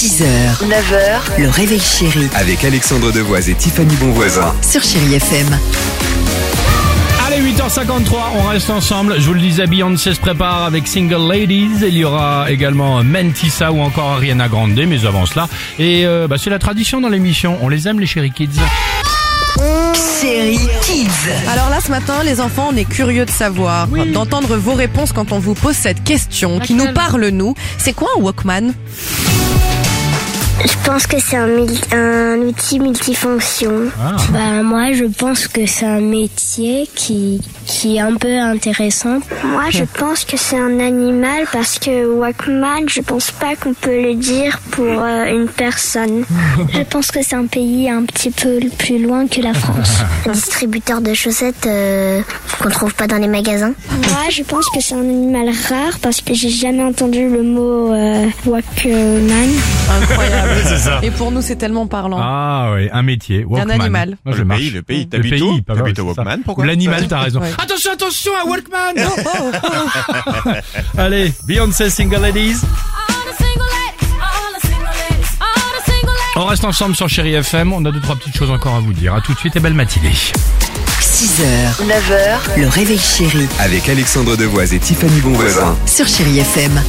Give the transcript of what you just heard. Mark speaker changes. Speaker 1: 6h, 9h, le réveil chéri
Speaker 2: Avec Alexandre Devoise et Tiffany Bonvoisin.
Speaker 1: sur Chérie FM.
Speaker 3: Allez, 8h53, on reste ensemble. Je vous le disais, Beyoncé se prépare avec Single Ladies. Il y aura également Mentissa ou encore Ariana Grande, mais avant cela. Et euh, bah, c'est la tradition dans l'émission. On les aime, les chéri kids.
Speaker 1: Chérie Kids.
Speaker 4: Alors là, ce matin, les enfants, on est curieux de savoir, d'entendre vos
Speaker 1: Ah.
Speaker 4: réponses quand on vous pose cette question qui nous parle, nous. C'est quoi un Walkman
Speaker 5: Je pense que c'est un, mul- un outil multifonction.
Speaker 3: Ah.
Speaker 5: Bah, moi, je pense que c'est un métier qui, qui est un peu intéressant. Moi, je pense que c'est un animal parce que Walkman, je pense pas qu'on peut le dire pour euh, une personne. je pense que c'est un pays un petit peu plus loin que la France.
Speaker 6: Un distributeur de chaussettes euh, qu'on trouve pas dans les magasins.
Speaker 5: moi, je pense que c'est un animal rare parce que j'ai jamais entendu le mot euh, Walkman.
Speaker 4: Incroyable.
Speaker 3: C'est ça.
Speaker 4: Et pour nous, c'est tellement parlant.
Speaker 3: Ah oui, un métier. Walkman.
Speaker 4: animal.
Speaker 3: Moi, je
Speaker 7: le
Speaker 3: marche.
Speaker 7: pays, le pays.
Speaker 3: Le
Speaker 7: T'habites
Speaker 3: pays,
Speaker 7: où
Speaker 3: pas mal,
Speaker 7: T'habites au
Speaker 3: c'est ça.
Speaker 7: Walkman, pourquoi
Speaker 3: L'animal, t'as raison.
Speaker 4: Ouais.
Speaker 3: Attention, attention, un Walkman
Speaker 4: Oh, oh, oh.
Speaker 3: Allez, Beyoncé, Single Ladies.
Speaker 8: All the single ladies, all the single ladies, all the single ladies.
Speaker 3: On reste ensemble sur Chéri FM. On a deux, trois petites choses encore à vous dire. À tout de suite et belle matinée.
Speaker 1: 6h, 9h, le réveil chéri
Speaker 2: Avec Alexandre Devoise et Tiffany Bonvoisin.
Speaker 1: sur Chérie FM.